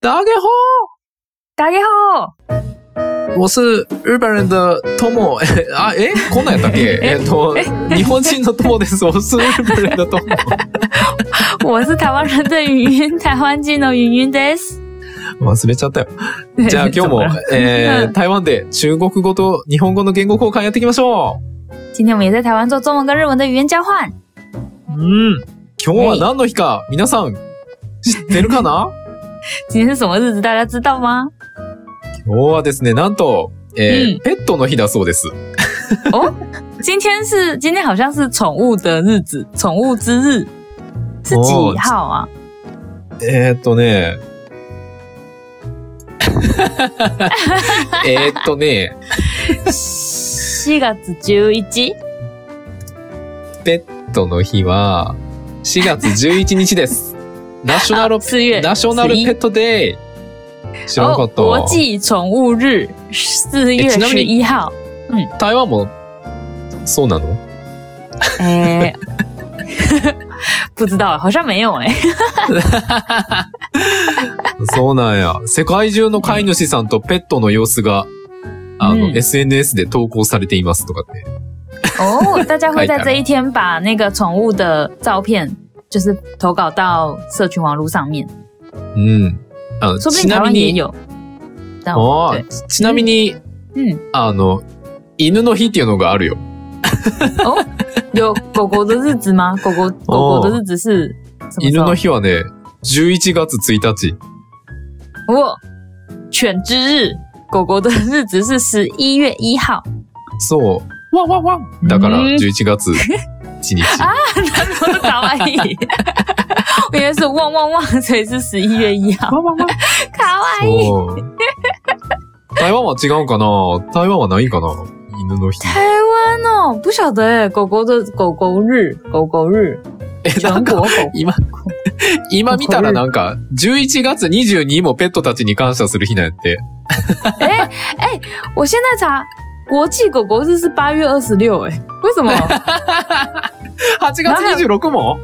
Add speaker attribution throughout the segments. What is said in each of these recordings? Speaker 1: 大家好，
Speaker 2: 大家好。
Speaker 1: 我是日本人的友え あ、え、こんなんやったっけ？ えっと、日本人の友です。我是日本人的友。
Speaker 2: 我是台湾人的云云，台湾人の云云です。
Speaker 1: 忘れちゃったよ。じゃあ 今日
Speaker 2: 怎
Speaker 1: も
Speaker 2: 么了、
Speaker 1: えー、
Speaker 2: うん
Speaker 1: 台湾で中国語と日本語の言語交換やっていきましょ
Speaker 2: 今天我们也在台湾做中文跟日文的语言交换。
Speaker 1: う。うん。今日は何の日か皆さん知ってるかな？
Speaker 2: 今天是什么日子？大家知道吗？
Speaker 1: 今日はですね、なんと、えーペットの日だそうです。
Speaker 2: 哦，今天是今天好像是宠物的日子，宠物之日是
Speaker 1: 哦
Speaker 2: 几号啊？
Speaker 1: えー、っとね。 えーっとね、
Speaker 2: 四月十一。
Speaker 1: ペットの日は4月11日です。ナショナル、
Speaker 2: 四月
Speaker 1: ナショナルペットデイ。知らなかっ，
Speaker 2: 哦国
Speaker 1: た。
Speaker 2: 际宠物日四
Speaker 1: 诶
Speaker 2: 月
Speaker 1: ちなみ
Speaker 2: 十
Speaker 1: に
Speaker 2: 一号。
Speaker 1: 台湾もそうなの
Speaker 2: 哎、不知道，好像没有哎、
Speaker 1: そうなんや。世界中の飼い主さんとペットの様子が、あの、
Speaker 2: うん
Speaker 1: SNS で投稿されていますとかって。
Speaker 2: 哦，大家会
Speaker 1: 太
Speaker 2: 在
Speaker 1: 感
Speaker 2: 这一天把那个宠物的照片，就是投稿到社群网络上面，
Speaker 1: うん。あの
Speaker 2: 说不
Speaker 1: ち
Speaker 2: 定台
Speaker 1: なみ
Speaker 2: 湾
Speaker 1: に、
Speaker 2: 也有。但我
Speaker 1: ああ
Speaker 2: 对
Speaker 1: ちなみに、
Speaker 2: 嗯，
Speaker 1: あの、犬の日っていうのがあるよ。
Speaker 2: 哦，有狗狗的日子吗？狗狗
Speaker 1: 哦
Speaker 2: 狗狗的日子是什么
Speaker 1: 犬
Speaker 2: 时候
Speaker 1: の？日はね、11月1日。
Speaker 2: 哦，犬之日，狗狗的日子是十一月一号。
Speaker 1: そう。わんわんわんだから、
Speaker 2: うん
Speaker 1: 11月1日。
Speaker 2: 他说早安姨，我以为是汪汪汪，所以是十一月一 号。
Speaker 1: わんわんわん
Speaker 2: 卡哇伊。
Speaker 1: そう。台湾は違うかな台湾はないかな犬の日。
Speaker 2: 台湾哦，不晓得哎，狗狗的狗狗日，狗 狗日，
Speaker 1: え、な
Speaker 2: 全
Speaker 1: ん
Speaker 2: 国
Speaker 1: か、
Speaker 2: 狗
Speaker 1: 今、今見たらなんか、11月22日もペットたちに感謝する日なんやって。
Speaker 2: 我现在查国际狗狗日是八月二十六，哎，为 什么？
Speaker 1: 8月26も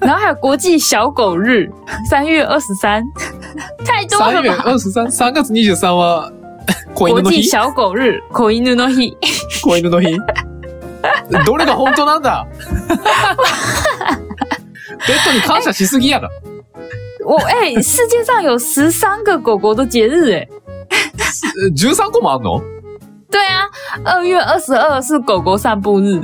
Speaker 2: 然后还有国际小狗日，三月二十三， 太多
Speaker 1: ?3
Speaker 2: 了
Speaker 1: 月
Speaker 2: 吧？
Speaker 1: 23、3月23は、 子
Speaker 2: 国
Speaker 1: 犬の
Speaker 2: 际
Speaker 1: 日
Speaker 2: 小狗日，口音的东 西，
Speaker 1: 子犬の日どれが本当なんだペットに感謝しすぎやろ。
Speaker 2: 我哎、世界上有十三个狗狗的节日，哎，
Speaker 1: 13個もあんの
Speaker 2: 对啊，二月二十二是狗狗散步日，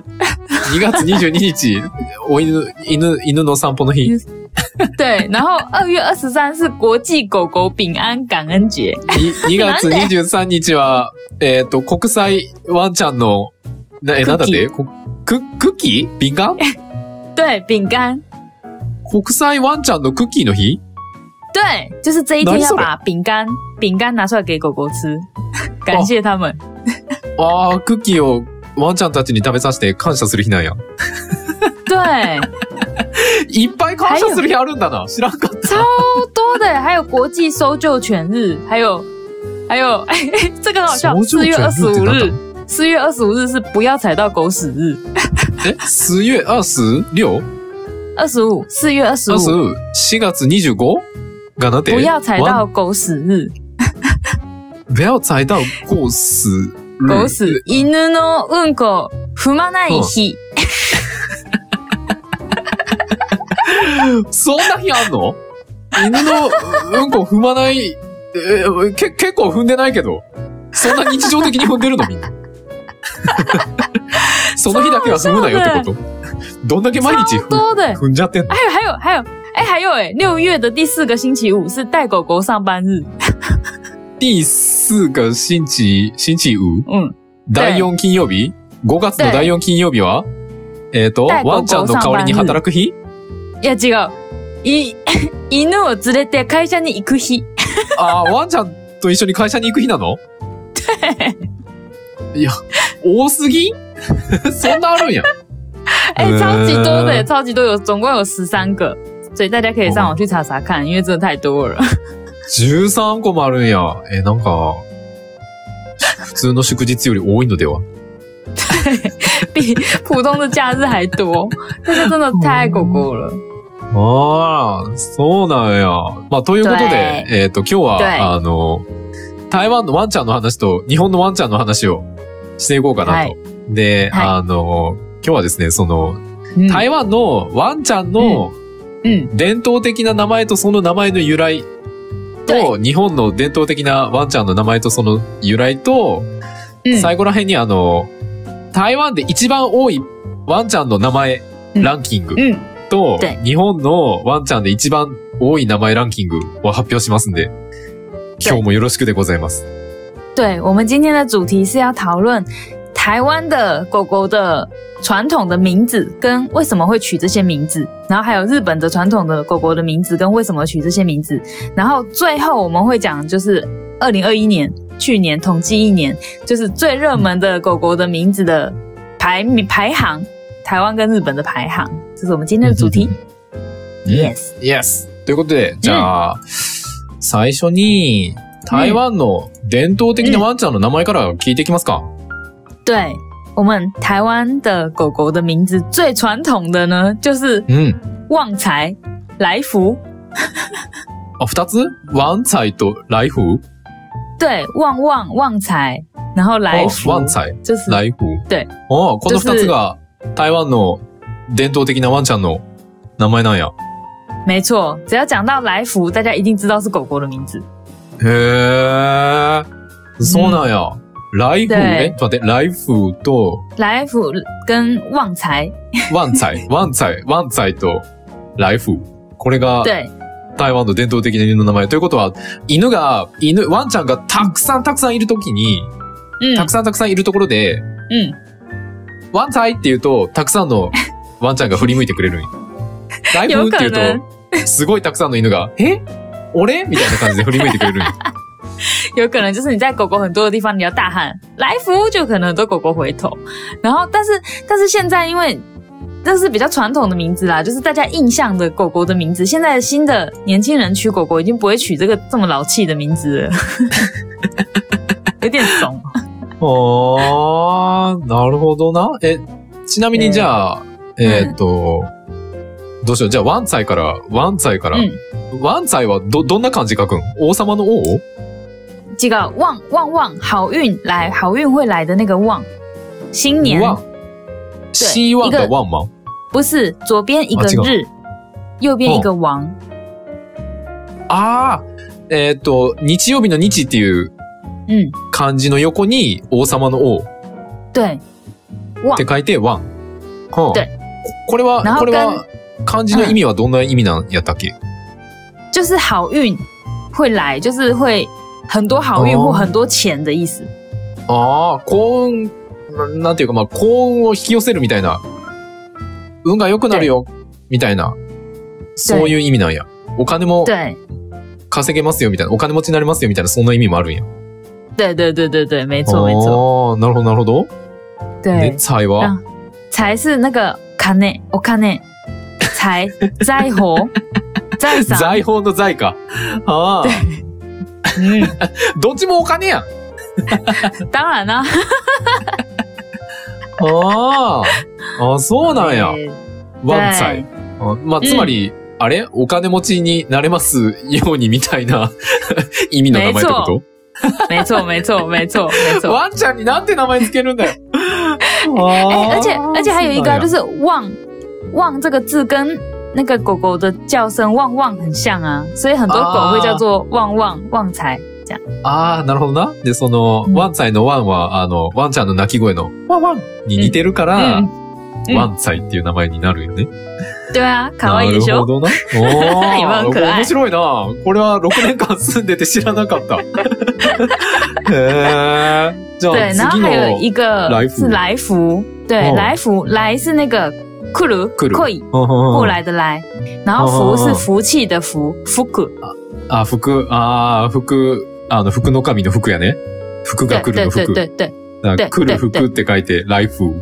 Speaker 1: ?2 月22日、お犬、犬、犬の散歩の日。
Speaker 2: 对，然后二月二十三是国际狗狗平安感恩节，
Speaker 1: に2月23日は、えっ、と、国際ワンちゃんの、なえ、
Speaker 2: ク
Speaker 1: なん
Speaker 2: ッキー
Speaker 1: だってこククッキービガン
Speaker 2: 对，饼干。
Speaker 1: 国際ワンちゃんのクッキーの日
Speaker 2: 对，就是这一
Speaker 1: 哪
Speaker 2: 天
Speaker 1: 里
Speaker 2: 要
Speaker 1: 送的
Speaker 2: 把饼干饼干拿出来给狗狗吃，感谢他们。
Speaker 1: ああ、クッキーをワンちゃんたちに食べさせて感謝する日なんや。
Speaker 2: 对，
Speaker 1: いっぱい感謝する日あるんだな。知らんかった。
Speaker 2: 超多的，还有国际搜救犬日，还有还有， 哎、这个很好笑。
Speaker 1: 搜救犬
Speaker 2: 四
Speaker 1: 日
Speaker 2: 月二十
Speaker 1: って
Speaker 2: 五
Speaker 1: なんだ
Speaker 2: 日，四月二十五日是不要踩到狗屎日。
Speaker 1: え、四月二十六
Speaker 2: 二十五，四月二十
Speaker 1: 二十
Speaker 2: 五，
Speaker 1: 五四月二十五がなんて
Speaker 2: 不要踩
Speaker 1: わ
Speaker 2: 到
Speaker 1: ん
Speaker 2: 狗屎日。
Speaker 1: 不要踩到狗屎日
Speaker 2: 狗屎，犬のうんこ踏まない
Speaker 1: 哦
Speaker 2: 日。
Speaker 1: そんな日あんの犬のうんこ踏まない、え、け、結構踏んでないけど。そんな日常的に踏んでるのみんな。その日だけは踏むなよってことどんだけ毎日
Speaker 2: 超
Speaker 1: 踏
Speaker 2: 多的，
Speaker 1: 踏んじゃってんの
Speaker 2: 还有还有还有，哎、还有哎、六月的第四个星期五是带狗狗上班日。
Speaker 1: 第四个星期、星期五
Speaker 2: 嗯，
Speaker 1: 第4金曜日 ?5 月の第4金曜日はえっ、と、
Speaker 2: 第五
Speaker 1: ワンちゃんの代わりに働く日
Speaker 2: いや違う。い、 犬を連れて会社に行く日。
Speaker 1: ああ、ワンちゃんと一緒に会社に行く日な のいや、多すぎん そんなあるんや。
Speaker 2: 哎、
Speaker 1: 嗯
Speaker 2: 超级多的耶，超级多有，总共有十三个，所以大家可以上网去查查看，因为真的太多了。
Speaker 1: 13個もあるんや。えーなんか、普通の祝日より多いのでは
Speaker 2: 比普通的假日还多，大家真的太爱狗狗了。
Speaker 1: ああ、そうなんや。まあ、ということで、えっ、と、今日
Speaker 2: 对
Speaker 1: は、あの、台湾のワンちゃんの話と日本のワンちゃんの話をしていこうかなと。
Speaker 2: はい
Speaker 1: で、
Speaker 2: はい
Speaker 1: あの、今日はですね、その、
Speaker 2: 嗯
Speaker 1: 台湾のワンちゃんの
Speaker 2: 嗯，
Speaker 1: 伝統的な名前とその名前の由来と、日本の伝統的なワンちゃんの名前とその由来と、
Speaker 2: 嗯
Speaker 1: 最後ら辺にあの、台湾で一番多いワンちゃんの名前
Speaker 2: うん
Speaker 1: ランキング
Speaker 2: 嗯，
Speaker 1: と
Speaker 2: 对、
Speaker 1: 日本のワンちゃんで一番多い名前ランキングを発表しますんで、
Speaker 2: 对
Speaker 1: 今日もよろしくでございます。
Speaker 2: 对，我们今天的主题是要讨论台湾的狗狗的传统的名字跟为什么会取这些名字，然后还有日本的传统的狗狗的名字跟为什么取这些名字，然后最后我们会讲就是二零二一年去年统计一年就是最热门的狗狗的名字的排名排行，台湾跟日本的排行，这是我们今天的主题。Yes，
Speaker 1: Yes! ということで、じゃあ、最初に、台湾の伝統的なワンちゃんの名前から聞いていきますか。
Speaker 2: 对我们台湾的狗狗的名字最传统的呢就是。
Speaker 1: うん。
Speaker 2: 旺财、来福，
Speaker 1: あ、二つワンサイとライフ
Speaker 2: 对，旺旺旺财，然后来福，
Speaker 1: ワンサイ、
Speaker 2: 就是
Speaker 1: ライフ
Speaker 2: 对。
Speaker 1: おこの二
Speaker 2: 就
Speaker 1: つ
Speaker 2: 是
Speaker 1: が台湾の伝統的なワンちゃんの名前なんや。
Speaker 2: 没错。只要讲到来福，大家一定知道是狗狗的名字。
Speaker 1: へえ、そうなんや。ライフ、
Speaker 2: 对
Speaker 1: え、ちょっと待って、ライフと、
Speaker 2: 来福跟旺财，
Speaker 1: ワンサイ、 ワンサイ、ワンサイと、ライフ。これが、
Speaker 2: 对
Speaker 1: 台湾の伝統的な犬の名前。ということは、犬が、犬、ワンちゃんがたくさんたくさんいるときに、
Speaker 2: 嗯
Speaker 1: たくさんたくさんいるところで、
Speaker 2: 嗯，
Speaker 1: ワンサイって言うと、たくさん のワンちゃんが振り向いてくれるんや。ライフって言
Speaker 2: 有可能
Speaker 1: うと、すごいたくさんの犬が、え俺みたいな感じで振り向いてくれるん や。
Speaker 2: 有可能就是你在狗狗很多的地方，你要大喊来福，就可能很多狗狗回头。然后，但是但是现在因为这是比较传统的名字啦，就是大家印象的狗狗的名字。现在的新的年轻人取狗狗已经不会取这个这么老气的名字了， 有点怂。
Speaker 1: あー、なるほどな。え、ちなみにじゃあ、
Speaker 2: ん
Speaker 1: えーっと、どうしよう。じゃあ、ワンサイから、ワンサイから。
Speaker 2: 嗯，
Speaker 1: ワンサイはど、どんな漢字書くん王様の王
Speaker 2: 这个旺旺旺，好运来，好运会来的那个旺，新年
Speaker 1: ワン。希望的ワンマン。
Speaker 2: 不是左边一个
Speaker 1: 啊这个
Speaker 2: 日，右边一个王，
Speaker 1: あー、えーっと、日曜日の日っていう
Speaker 2: 嗯，
Speaker 1: 漢字の横に王様の王っ
Speaker 2: 对，旺
Speaker 1: て。書いてワン。はあ
Speaker 2: 对
Speaker 1: これは
Speaker 2: な、
Speaker 1: こ
Speaker 2: おかん
Speaker 1: れは、漢字の意味はどんな意味なんやったっけ
Speaker 2: 就是好运会来，就是会很多好运
Speaker 1: 哦
Speaker 2: 或很多钱的意思。
Speaker 1: ああ、幸運、ななんていうか、まあ、幸運を引き寄せるみたいな。運が良くなるよ、みたいな。そういう意味なんや。お金も
Speaker 2: 对，
Speaker 1: 稼げますよ、みたいな。お金持ちになりますよ、みたいな。そんな意味もあるんや。
Speaker 2: 对对对对对，没
Speaker 1: 哦
Speaker 2: 错没
Speaker 1: あ
Speaker 2: 错。
Speaker 1: あ、なるほど、なるほど。
Speaker 2: 对
Speaker 1: で、，財は、
Speaker 2: 财是那个卡内，我卡内，财灾祸， 灾啥？
Speaker 1: 財宝の財か。ああ、
Speaker 2: 嗯，
Speaker 1: どっちもお金やん。
Speaker 2: 当然啦、
Speaker 1: ああ、ああそうなんや。
Speaker 2: 对
Speaker 1: ワン財。あまあ、つまり、あれお金持ちになれますようにみたい な意味の名前ってこと
Speaker 2: 没错没错没错没错。
Speaker 1: ワンちゃんになんて名前つけるんだ よ。
Speaker 2: 哎、
Speaker 1: 哎
Speaker 2: 而且而且还有一个啊就是旺旺这个字跟那个狗狗的叫声旺旺很像啊，所以很多狗会叫做旺旺旺财。
Speaker 1: ああ、なるほどな。で、その、
Speaker 2: うん
Speaker 1: ワン歳のワンは、あの、ワンちゃんの鳴き声のワンワンに似てるから、
Speaker 2: 嗯，うん
Speaker 1: ワン歳っていう名前になるよね。
Speaker 2: 对啊，卡
Speaker 1: な
Speaker 2: 哇伊
Speaker 1: る
Speaker 2: でしょ
Speaker 1: ほ。 どな。
Speaker 2: 今
Speaker 1: お
Speaker 2: の可
Speaker 1: ー、
Speaker 2: 愛い
Speaker 1: 面白いな。これは6年間住んでて知らなか った。へえ。じゃ
Speaker 2: 对，然
Speaker 1: あ
Speaker 2: 后
Speaker 1: 次の
Speaker 2: 还有一个
Speaker 1: 哦来福
Speaker 2: 是来福，对，
Speaker 1: 哦
Speaker 2: 来福来是那个库鲁
Speaker 1: 库鲁
Speaker 2: 库伊
Speaker 1: うんうん
Speaker 2: 过
Speaker 1: うん
Speaker 2: 来的来，然后
Speaker 1: 哦
Speaker 2: 福
Speaker 1: 哦哦
Speaker 2: 是福气的福，福库，
Speaker 1: あ、服、ああ、服、あの、服の神の服やね。服
Speaker 2: 对
Speaker 1: が来る
Speaker 2: 对
Speaker 1: の
Speaker 2: 对
Speaker 1: 服。
Speaker 2: 对对
Speaker 1: だから
Speaker 2: で
Speaker 1: 来る服って書いて、来福。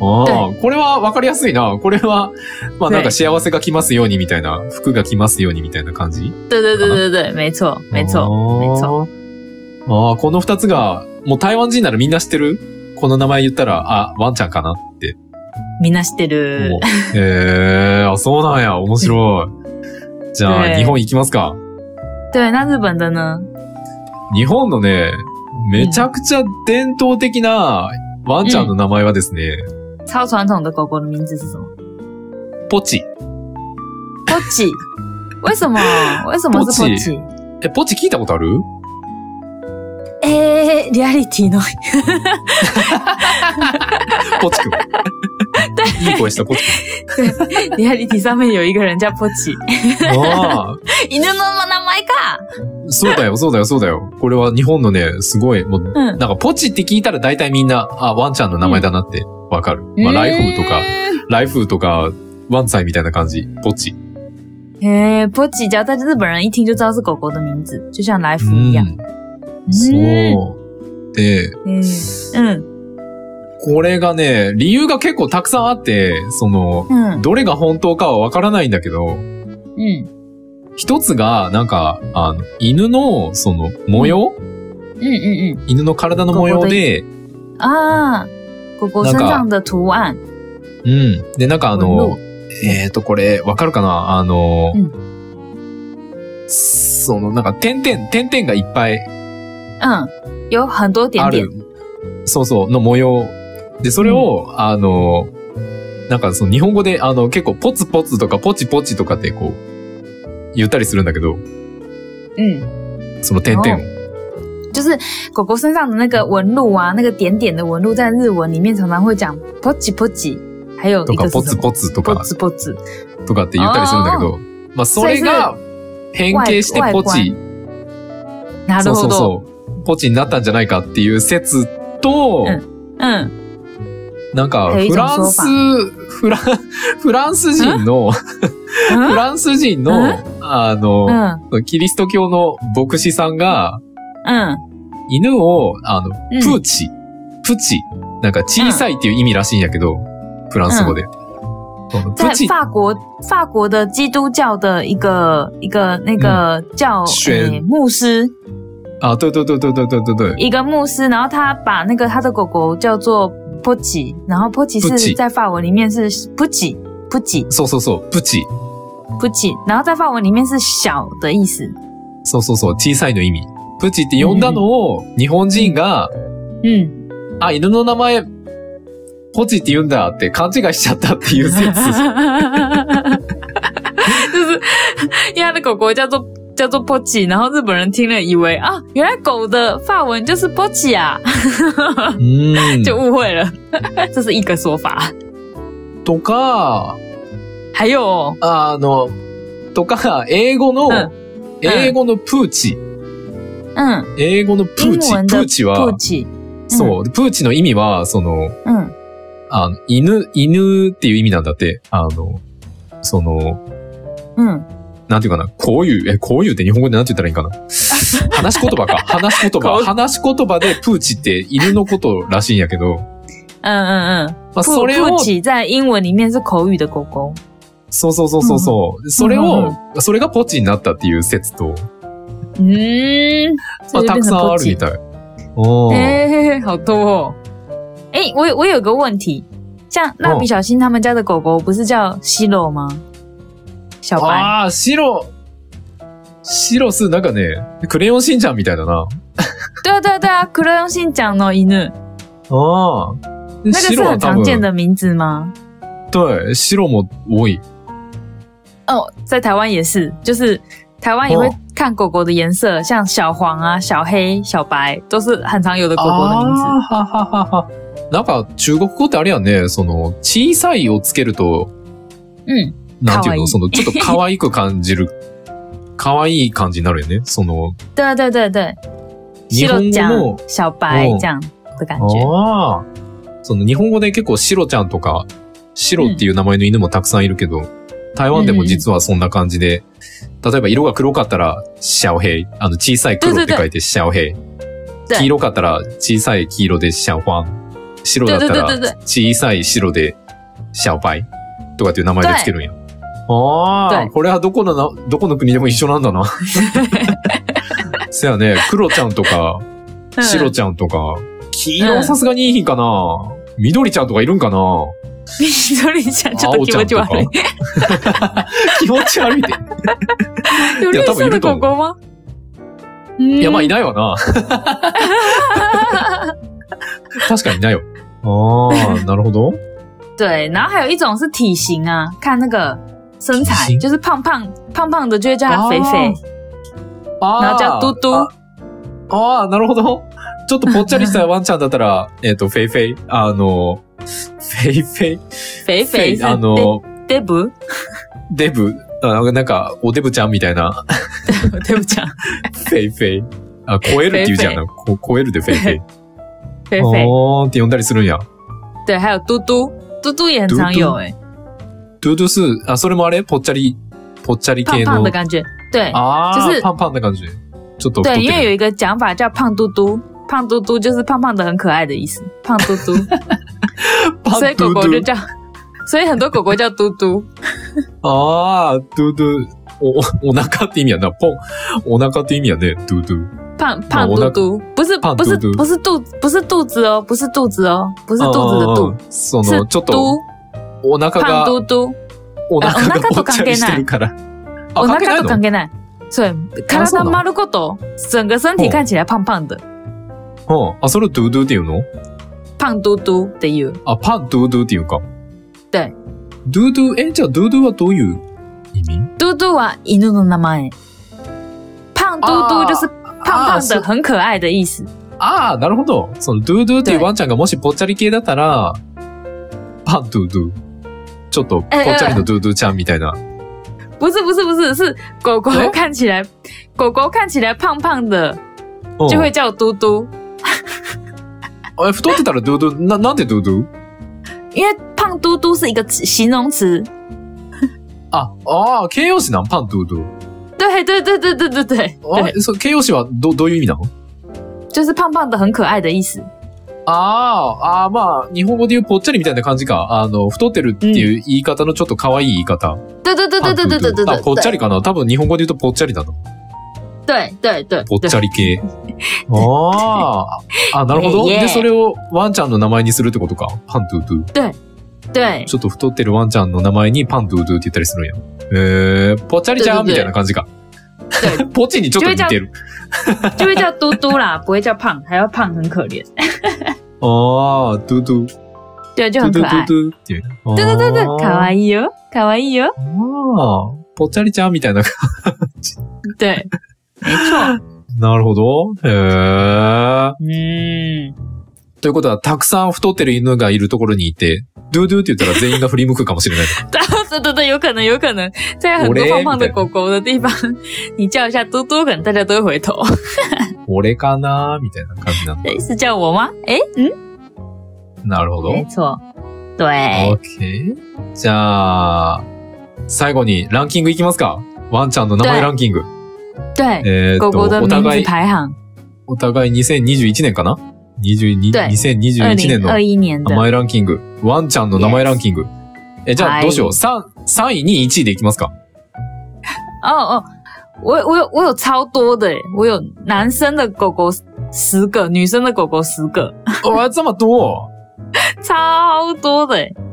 Speaker 1: ああ、これは分かりやすいな。これは、まあなんか
Speaker 2: で
Speaker 1: 幸せが来ますようにみたいな、服が来ますようにみたいな感じ
Speaker 2: 对对对对
Speaker 1: 啊
Speaker 2: 对，没错没
Speaker 1: 哦
Speaker 2: 错，没
Speaker 1: あーあー、この二つが、もう台湾人ならみんな知ってるこの名前言ったら、あ、ワンちゃんかなって
Speaker 2: みんな知ってる。
Speaker 1: へえー、あ、そうなんや。面白い。じゃあ、
Speaker 2: 对
Speaker 1: 日本行きますか。
Speaker 2: 对，那日本的呢？
Speaker 1: 日本のね、めちゃくちゃ伝統的なワンちゃんの名前はですね、
Speaker 2: 超传统的狗狗的名字是什么？
Speaker 1: ポチ。
Speaker 2: 波奇。为什么？为什么是波
Speaker 1: 波
Speaker 2: 奇
Speaker 1: 奇？え、ポチ聞いたことある
Speaker 2: 诶、リアリティの。
Speaker 1: ポチくん。 いい声したポチ
Speaker 2: リアリティ上面有一个人叫波奇。
Speaker 1: くん。ああ、
Speaker 2: 犬の名前か。
Speaker 1: そうだよ、そうだよ、そうだよ。これは日本のね、すごい、もう、
Speaker 2: うん。
Speaker 1: なんかポチって聞いたら大体みんな、あ、ワンちゃんの名前だなってわかる。まあ、ライフーとか、ライフーとか、ワンツァイみたいな感じ。ポチ。
Speaker 2: 诶、波奇，只要在日本人一听就知道是狗狗的名字，就像来福
Speaker 1: う
Speaker 2: 一样。
Speaker 1: ん。そう。で、
Speaker 2: 嗯嗯
Speaker 1: これがね、理由が結構たくさんあって、その、
Speaker 2: 嗯
Speaker 1: どれが本当かはわからないんだけど、
Speaker 2: 嗯
Speaker 1: 一つが、なんか、あの、犬の、その、模様、
Speaker 2: 嗯嗯嗯
Speaker 1: 犬の体の模様で、
Speaker 2: 啊，狗狗身上的图案。
Speaker 1: うん。で、なんかあ
Speaker 2: 模
Speaker 1: の、えっ、ー、と、これ、わかるかなあの、
Speaker 2: う
Speaker 1: その、なんか、点々、点々がいっぱい
Speaker 2: 嗯，有很多点
Speaker 1: あ
Speaker 2: 点
Speaker 1: る。。そうそう、の模様。で、それを、あの、なんか、その、日本語で、あの、結構、ポツポツとか、ポチポチとかって、こう、言ったりするんだけど、
Speaker 2: 嗯，
Speaker 1: その点々を。
Speaker 2: 就是狗狗身上的那个纹路啊，那个点点的纹路，在日文里面常常会讲波奇波奇，还有
Speaker 1: と
Speaker 2: 一
Speaker 1: か、
Speaker 2: 个
Speaker 1: ポ
Speaker 2: 是什
Speaker 1: ツ
Speaker 2: 么？
Speaker 1: ポツと
Speaker 2: 波
Speaker 1: か、
Speaker 2: 子波子。
Speaker 1: とかって言ったりするんだけど、まあ、それが変形して
Speaker 2: 外
Speaker 1: ポチ、
Speaker 2: な
Speaker 1: そう
Speaker 2: るほ
Speaker 1: そう
Speaker 2: ど。
Speaker 1: そう、ポチになったんじゃないかっていう説と、
Speaker 2: うん嗯
Speaker 1: なんか、
Speaker 2: え
Speaker 1: フラン
Speaker 2: い
Speaker 1: ス、フラ ン、フランス人の、フ
Speaker 2: 嗯
Speaker 1: ランス人の、あの、
Speaker 2: 嗯
Speaker 1: キリスト教の牧師さんが、
Speaker 2: 嗯
Speaker 1: 犬を、あの、
Speaker 2: 嗯
Speaker 1: プーチ、プチ、なんか小さいっていう意味らしいんやけど、フランス語で。そのプ
Speaker 2: 在
Speaker 1: チ、
Speaker 2: 法国，法国的基督教的一个一个那个教、
Speaker 1: 选
Speaker 2: 诶牧师，
Speaker 1: あ、对对对对对对对对。
Speaker 2: 一个牧师，然后他把那个他的狗狗叫做波奇，然后波奇
Speaker 1: 波
Speaker 2: 是
Speaker 1: 奇
Speaker 2: 在法文里面是波奇波奇
Speaker 1: そうそうそう、プチ。
Speaker 2: 波奇，然后在法文里面是小的意思。
Speaker 1: そうそうそう、小さいの意味。プチって呼んだのを、日本人が、
Speaker 2: 嗯，
Speaker 1: あ、犬の名前、ポチって言うんだって勘違いしちゃったっていう説。
Speaker 2: 就是因为他的狗狗叫做叫做波奇，然后日本人听了以为啊，原来狗的法文就是波奇啊，
Speaker 1: うーん。
Speaker 2: 就误会了。 这是一个说法。
Speaker 1: とか、
Speaker 2: 还有哦，
Speaker 1: あの、とか、英語の、
Speaker 2: うん
Speaker 1: 英語のプーチ。
Speaker 2: 嗯，
Speaker 1: 英語のプーチ。
Speaker 2: 英文
Speaker 1: プ
Speaker 2: 的
Speaker 1: ーチは、
Speaker 2: 不起，
Speaker 1: そう、プーチの意味は、その、
Speaker 2: 嗯
Speaker 1: あの、犬、犬っていう意味なんだって、あの、その、
Speaker 2: 嗯，
Speaker 1: なんていうかな、こういう、え、こういうって日本語でなんて言ったらいい かな。話し言葉か。話し言
Speaker 2: こ
Speaker 1: 葉。
Speaker 2: う
Speaker 1: 話し言葉でプーチって犬のことらしいんやけど、
Speaker 2: 嗯嗯嗯，
Speaker 1: まあ、
Speaker 2: 不
Speaker 1: それを
Speaker 2: 不起在英文里面是口语的狗狗。
Speaker 1: そうそうそうそうそう。それ
Speaker 2: うん
Speaker 1: を、それがポチになったっていう説と、
Speaker 2: 嗯，
Speaker 1: まあ、
Speaker 2: 这就
Speaker 1: た
Speaker 2: 变
Speaker 1: く
Speaker 2: 成
Speaker 1: さんあ
Speaker 2: 不
Speaker 1: る
Speaker 2: 起
Speaker 1: み。たい。おー
Speaker 2: 哎、好多哦。哎、我有我有个问题，像蜡笔小新他们家的狗狗不是叫西罗吗？小白，
Speaker 1: ああ、白。白す、なんかね、クレヨンしんちゃんみたいだな。
Speaker 2: 对啊对啊对啊，可乐用信讲哦，一呢，
Speaker 1: ああ。
Speaker 2: 那个是
Speaker 1: 白は
Speaker 2: 很
Speaker 1: 多
Speaker 2: 常见
Speaker 1: 分、
Speaker 2: 的名字吗？
Speaker 1: 对、白も多い。
Speaker 2: 哦，在台湾也是，就是台湾也会看狗狗的颜色，像小黄啊、小黑、小白，都是很常有的狗狗的名字。
Speaker 1: あーはははは。なんか、中国語ってあれやんね、その、小さいをつけると、
Speaker 2: 嗯
Speaker 1: なんていう
Speaker 2: 可愛い
Speaker 1: の、その、ちょっと可愛く感じる、可愛い感じになるよね。そ の、
Speaker 2: 对啊对啊对啊对啊，西
Speaker 1: 日
Speaker 2: 罗
Speaker 1: 本
Speaker 2: 讲
Speaker 1: 語の、
Speaker 2: 小白
Speaker 1: 哦
Speaker 2: 这样的感觉。
Speaker 1: ああ。その日本語で結構シロちゃんとか、シロっていう名前の犬もたくさんいるけど、台湾でも実はそんな感じで、例えば色が黒かったら、シャオヘイ。あの、小さい黒って書いてシャオヘイ。
Speaker 2: 对
Speaker 1: 黄色かったら、小さい黄色でシャオファン。白だったら
Speaker 2: 对对对对对、
Speaker 1: 小さい白でシャオパイ。とかっていう名前でつけるんや。ああ、
Speaker 2: 对
Speaker 1: これはどこのな、どこの国でも一緒なん だな。せやね、黒ちゃんとか、
Speaker 2: 嗯
Speaker 1: 白ちゃんとか、黄色はさすがにいい日かな、緑ちゃんとかいるんかな
Speaker 2: ビドリちゃんちょっ
Speaker 1: 青
Speaker 2: と気
Speaker 1: ちゃ
Speaker 2: 持
Speaker 1: ん
Speaker 2: ち
Speaker 1: とか
Speaker 2: 悪い。。
Speaker 1: 気持ち悪い って。
Speaker 2: 有
Speaker 1: い
Speaker 2: 绿
Speaker 1: や多分
Speaker 2: 色
Speaker 1: い
Speaker 2: 的
Speaker 1: ると
Speaker 2: 狗
Speaker 1: 思う
Speaker 2: 狗吗？嗯
Speaker 1: いや、まあいないわ な。確かにいないよ。ああ、なるほど。
Speaker 2: 对，然后还有一种是体型啊，看那个身材
Speaker 1: 体，型
Speaker 2: 就是胖胖胖胖的就会叫它肥肥，
Speaker 1: あー
Speaker 2: 然后叫嘟嘟。
Speaker 1: ああ、なるほど。ちょっとぽっちゃりしたワンちゃんだったら、 えっと、フェイフェイ、あの、フェイフェイ、
Speaker 2: 肥肥
Speaker 1: あ
Speaker 2: 啊是 deb
Speaker 1: の、
Speaker 2: deb
Speaker 1: デブ、あなんか、おデブちゃんみたいな、
Speaker 2: 对不起啊，
Speaker 1: フェイフェイ。 あ、超えるって言うじゃん。こ超えるでフェイフェイ。
Speaker 2: 肥肥，
Speaker 1: あーって呼んだりするんや。
Speaker 2: 对，还有嘟嘟，嘟嘟也很常有哎、
Speaker 1: ドゥドゥス、あ、それもあれぽっちゃり、ぽっちゃり
Speaker 2: 胖
Speaker 1: 系
Speaker 2: 胖
Speaker 1: の
Speaker 2: 的。感觉，对
Speaker 1: ああ、
Speaker 2: 就是
Speaker 1: パンパンな感じ。ちょっと太っ
Speaker 2: 对，因为
Speaker 1: て
Speaker 2: 有
Speaker 1: る。
Speaker 2: 一个讲法叫胖嘟嘟，胖嘟嘟就是胖胖的很可爱的意思，胖嘟 嘟，
Speaker 1: パ
Speaker 2: 所以
Speaker 1: ン
Speaker 2: 狗
Speaker 1: ドゥド
Speaker 2: 狗就
Speaker 1: ゥ。
Speaker 2: 叫， 所以很多狗狗叫嘟嘟，
Speaker 1: ああ、ドゥドゥ。お、お腹って意味やな。ポン。お腹って意味やね。ドゥドゥ。
Speaker 2: 胖胖嘟嘟，不是
Speaker 1: 胖
Speaker 2: 不是
Speaker 1: 嘟嘟
Speaker 2: 不是肚不是肚子哦，不是肚子哦，不是
Speaker 1: あ
Speaker 2: 肚子的
Speaker 1: ー
Speaker 2: 肚，
Speaker 1: そ
Speaker 2: 是
Speaker 1: の、ちょっと、
Speaker 2: 嘟
Speaker 1: お腹が、
Speaker 2: 胖嘟嘟，
Speaker 1: お腹
Speaker 2: あお
Speaker 1: が
Speaker 2: 腹
Speaker 1: ぽ
Speaker 2: と
Speaker 1: っちゃ
Speaker 2: 関係ない
Speaker 1: りしてるから。あ、
Speaker 2: 我那
Speaker 1: 関係ない
Speaker 2: 看都看
Speaker 1: の
Speaker 2: 给奶，所以看
Speaker 1: 是
Speaker 2: 到
Speaker 1: 吗
Speaker 2: 他 m a r 整个身体看起来胖胖的，
Speaker 1: うん。あ、それをドゥドゥって言うの
Speaker 2: 胖嘟嘟的 you，
Speaker 1: あ、パンドゥドゥって言うか。
Speaker 2: 对。
Speaker 1: ドゥドゥ、え、じゃあドゥドゥはどういう意味
Speaker 2: 嘟嘟啊，一怒怒那么哎，胖嘟嘟
Speaker 1: 啊
Speaker 2: 就是胖
Speaker 1: 啊
Speaker 2: 胖
Speaker 1: 是
Speaker 2: 的、很可爱的意思。
Speaker 1: ああ、なるほど。その、ドゥドゥっていう
Speaker 2: 对
Speaker 1: ワンちゃんがもしぽっちゃり系だったら、パンドゥドゥ。ちょっと、ぽっ
Speaker 2: ええ
Speaker 1: ちゃりのドゥドゥちゃんみたいな。
Speaker 2: 不是不是不是，是狗狗
Speaker 1: 哦
Speaker 2: 看起来，狗狗看起来胖胖的
Speaker 1: うん
Speaker 2: 就会叫嘟嘟，
Speaker 1: え太ってたらドゥドゥ、な、なんでドゥドゥ
Speaker 2: 因为胖嘟嘟是一个词形容词。
Speaker 1: あ、ああ、形容詞なんパンドゥドゥ。
Speaker 2: 对对对对对对对
Speaker 1: あ
Speaker 2: 对，
Speaker 1: そう形容詞はど、どういう意味なの
Speaker 2: 就是胖胖的很可爱的意思。
Speaker 1: ああ、ああ、まあ、日本語で言うぽっちゃりみたいな感じか。あの、太ってるっていう言い方のちょっと可愛い言い方。
Speaker 2: 对对对对对对对
Speaker 1: パンドゥ
Speaker 2: 对
Speaker 1: ドゥあ、ぽっちゃ
Speaker 2: 对
Speaker 1: りかな多分日本語で言うとぽっちゃりだな。
Speaker 2: 对对对，
Speaker 1: ぽっちゃり 系。ああ。あ、なるほど。
Speaker 2: いえいえ
Speaker 1: で、それをワンちゃんの名前にするってことか。パンドゥドゥ。
Speaker 2: 对
Speaker 1: ちょっと太ってるワンちゃんの名前にパンドゥドゥって言ったりするんや。えー、ぽっちゃりちゃん
Speaker 2: ドゥドゥ
Speaker 1: みたいな感じか。
Speaker 2: 对，
Speaker 1: ポチにちょっと似てる。
Speaker 2: 就会叫嘟嘟啦，不会叫胖，还要胖很可怜。
Speaker 1: あー、ドゥドゥ。
Speaker 2: 对，就
Speaker 1: ドゥド
Speaker 2: 很可
Speaker 1: ゥド
Speaker 2: 爱
Speaker 1: ゥ。ドゥっていう。
Speaker 2: 对对对对，
Speaker 1: い。
Speaker 2: 卡哇伊哟，卡哇伊
Speaker 1: あ
Speaker 2: 哟，
Speaker 1: ーぽっちゃりちゃんみたいな。
Speaker 2: 对，没错。
Speaker 1: なるほど。へー。
Speaker 2: 嗯，
Speaker 1: ということは、たくさん太ってる犬がいるところにいて、ドゥドゥって言ったら全員が振り向くかもしれない。
Speaker 2: 对对对，有可能，有可能，在很多
Speaker 1: 我嘞
Speaker 2: 胖胖的
Speaker 1: 对
Speaker 2: 狗狗的地方，你叫一下嘟嘟，可能大家都会回头。
Speaker 1: 俺かなーみたいな感じなんだ。
Speaker 2: 诶是叫我吗？哎，嗯，
Speaker 1: なるほど。
Speaker 2: 没错，对，
Speaker 1: OK。じゃあ、最後にランキングいきますか。ワンちゃんの名前ランキング。
Speaker 2: 对，
Speaker 1: えー
Speaker 2: 狗
Speaker 1: っと、お
Speaker 2: 狗的名字
Speaker 1: 互い、
Speaker 2: 排行，
Speaker 1: お互い2021年かな22
Speaker 2: 对二
Speaker 1: ?2021 年
Speaker 2: 零
Speaker 1: の
Speaker 2: 二一年
Speaker 1: 名
Speaker 2: 的，
Speaker 1: 前ランキング。ワンちゃんの名前ランキング。え、じゃ
Speaker 2: は
Speaker 1: あ
Speaker 2: い
Speaker 1: どうしよう。3、3位、2位、1位でいきますか。
Speaker 2: 哦哦，我我有我有超多的耶，欸我有男生的狗狗十个，女生的狗狗十个，
Speaker 1: わ、这么多
Speaker 2: 超多的耶。欸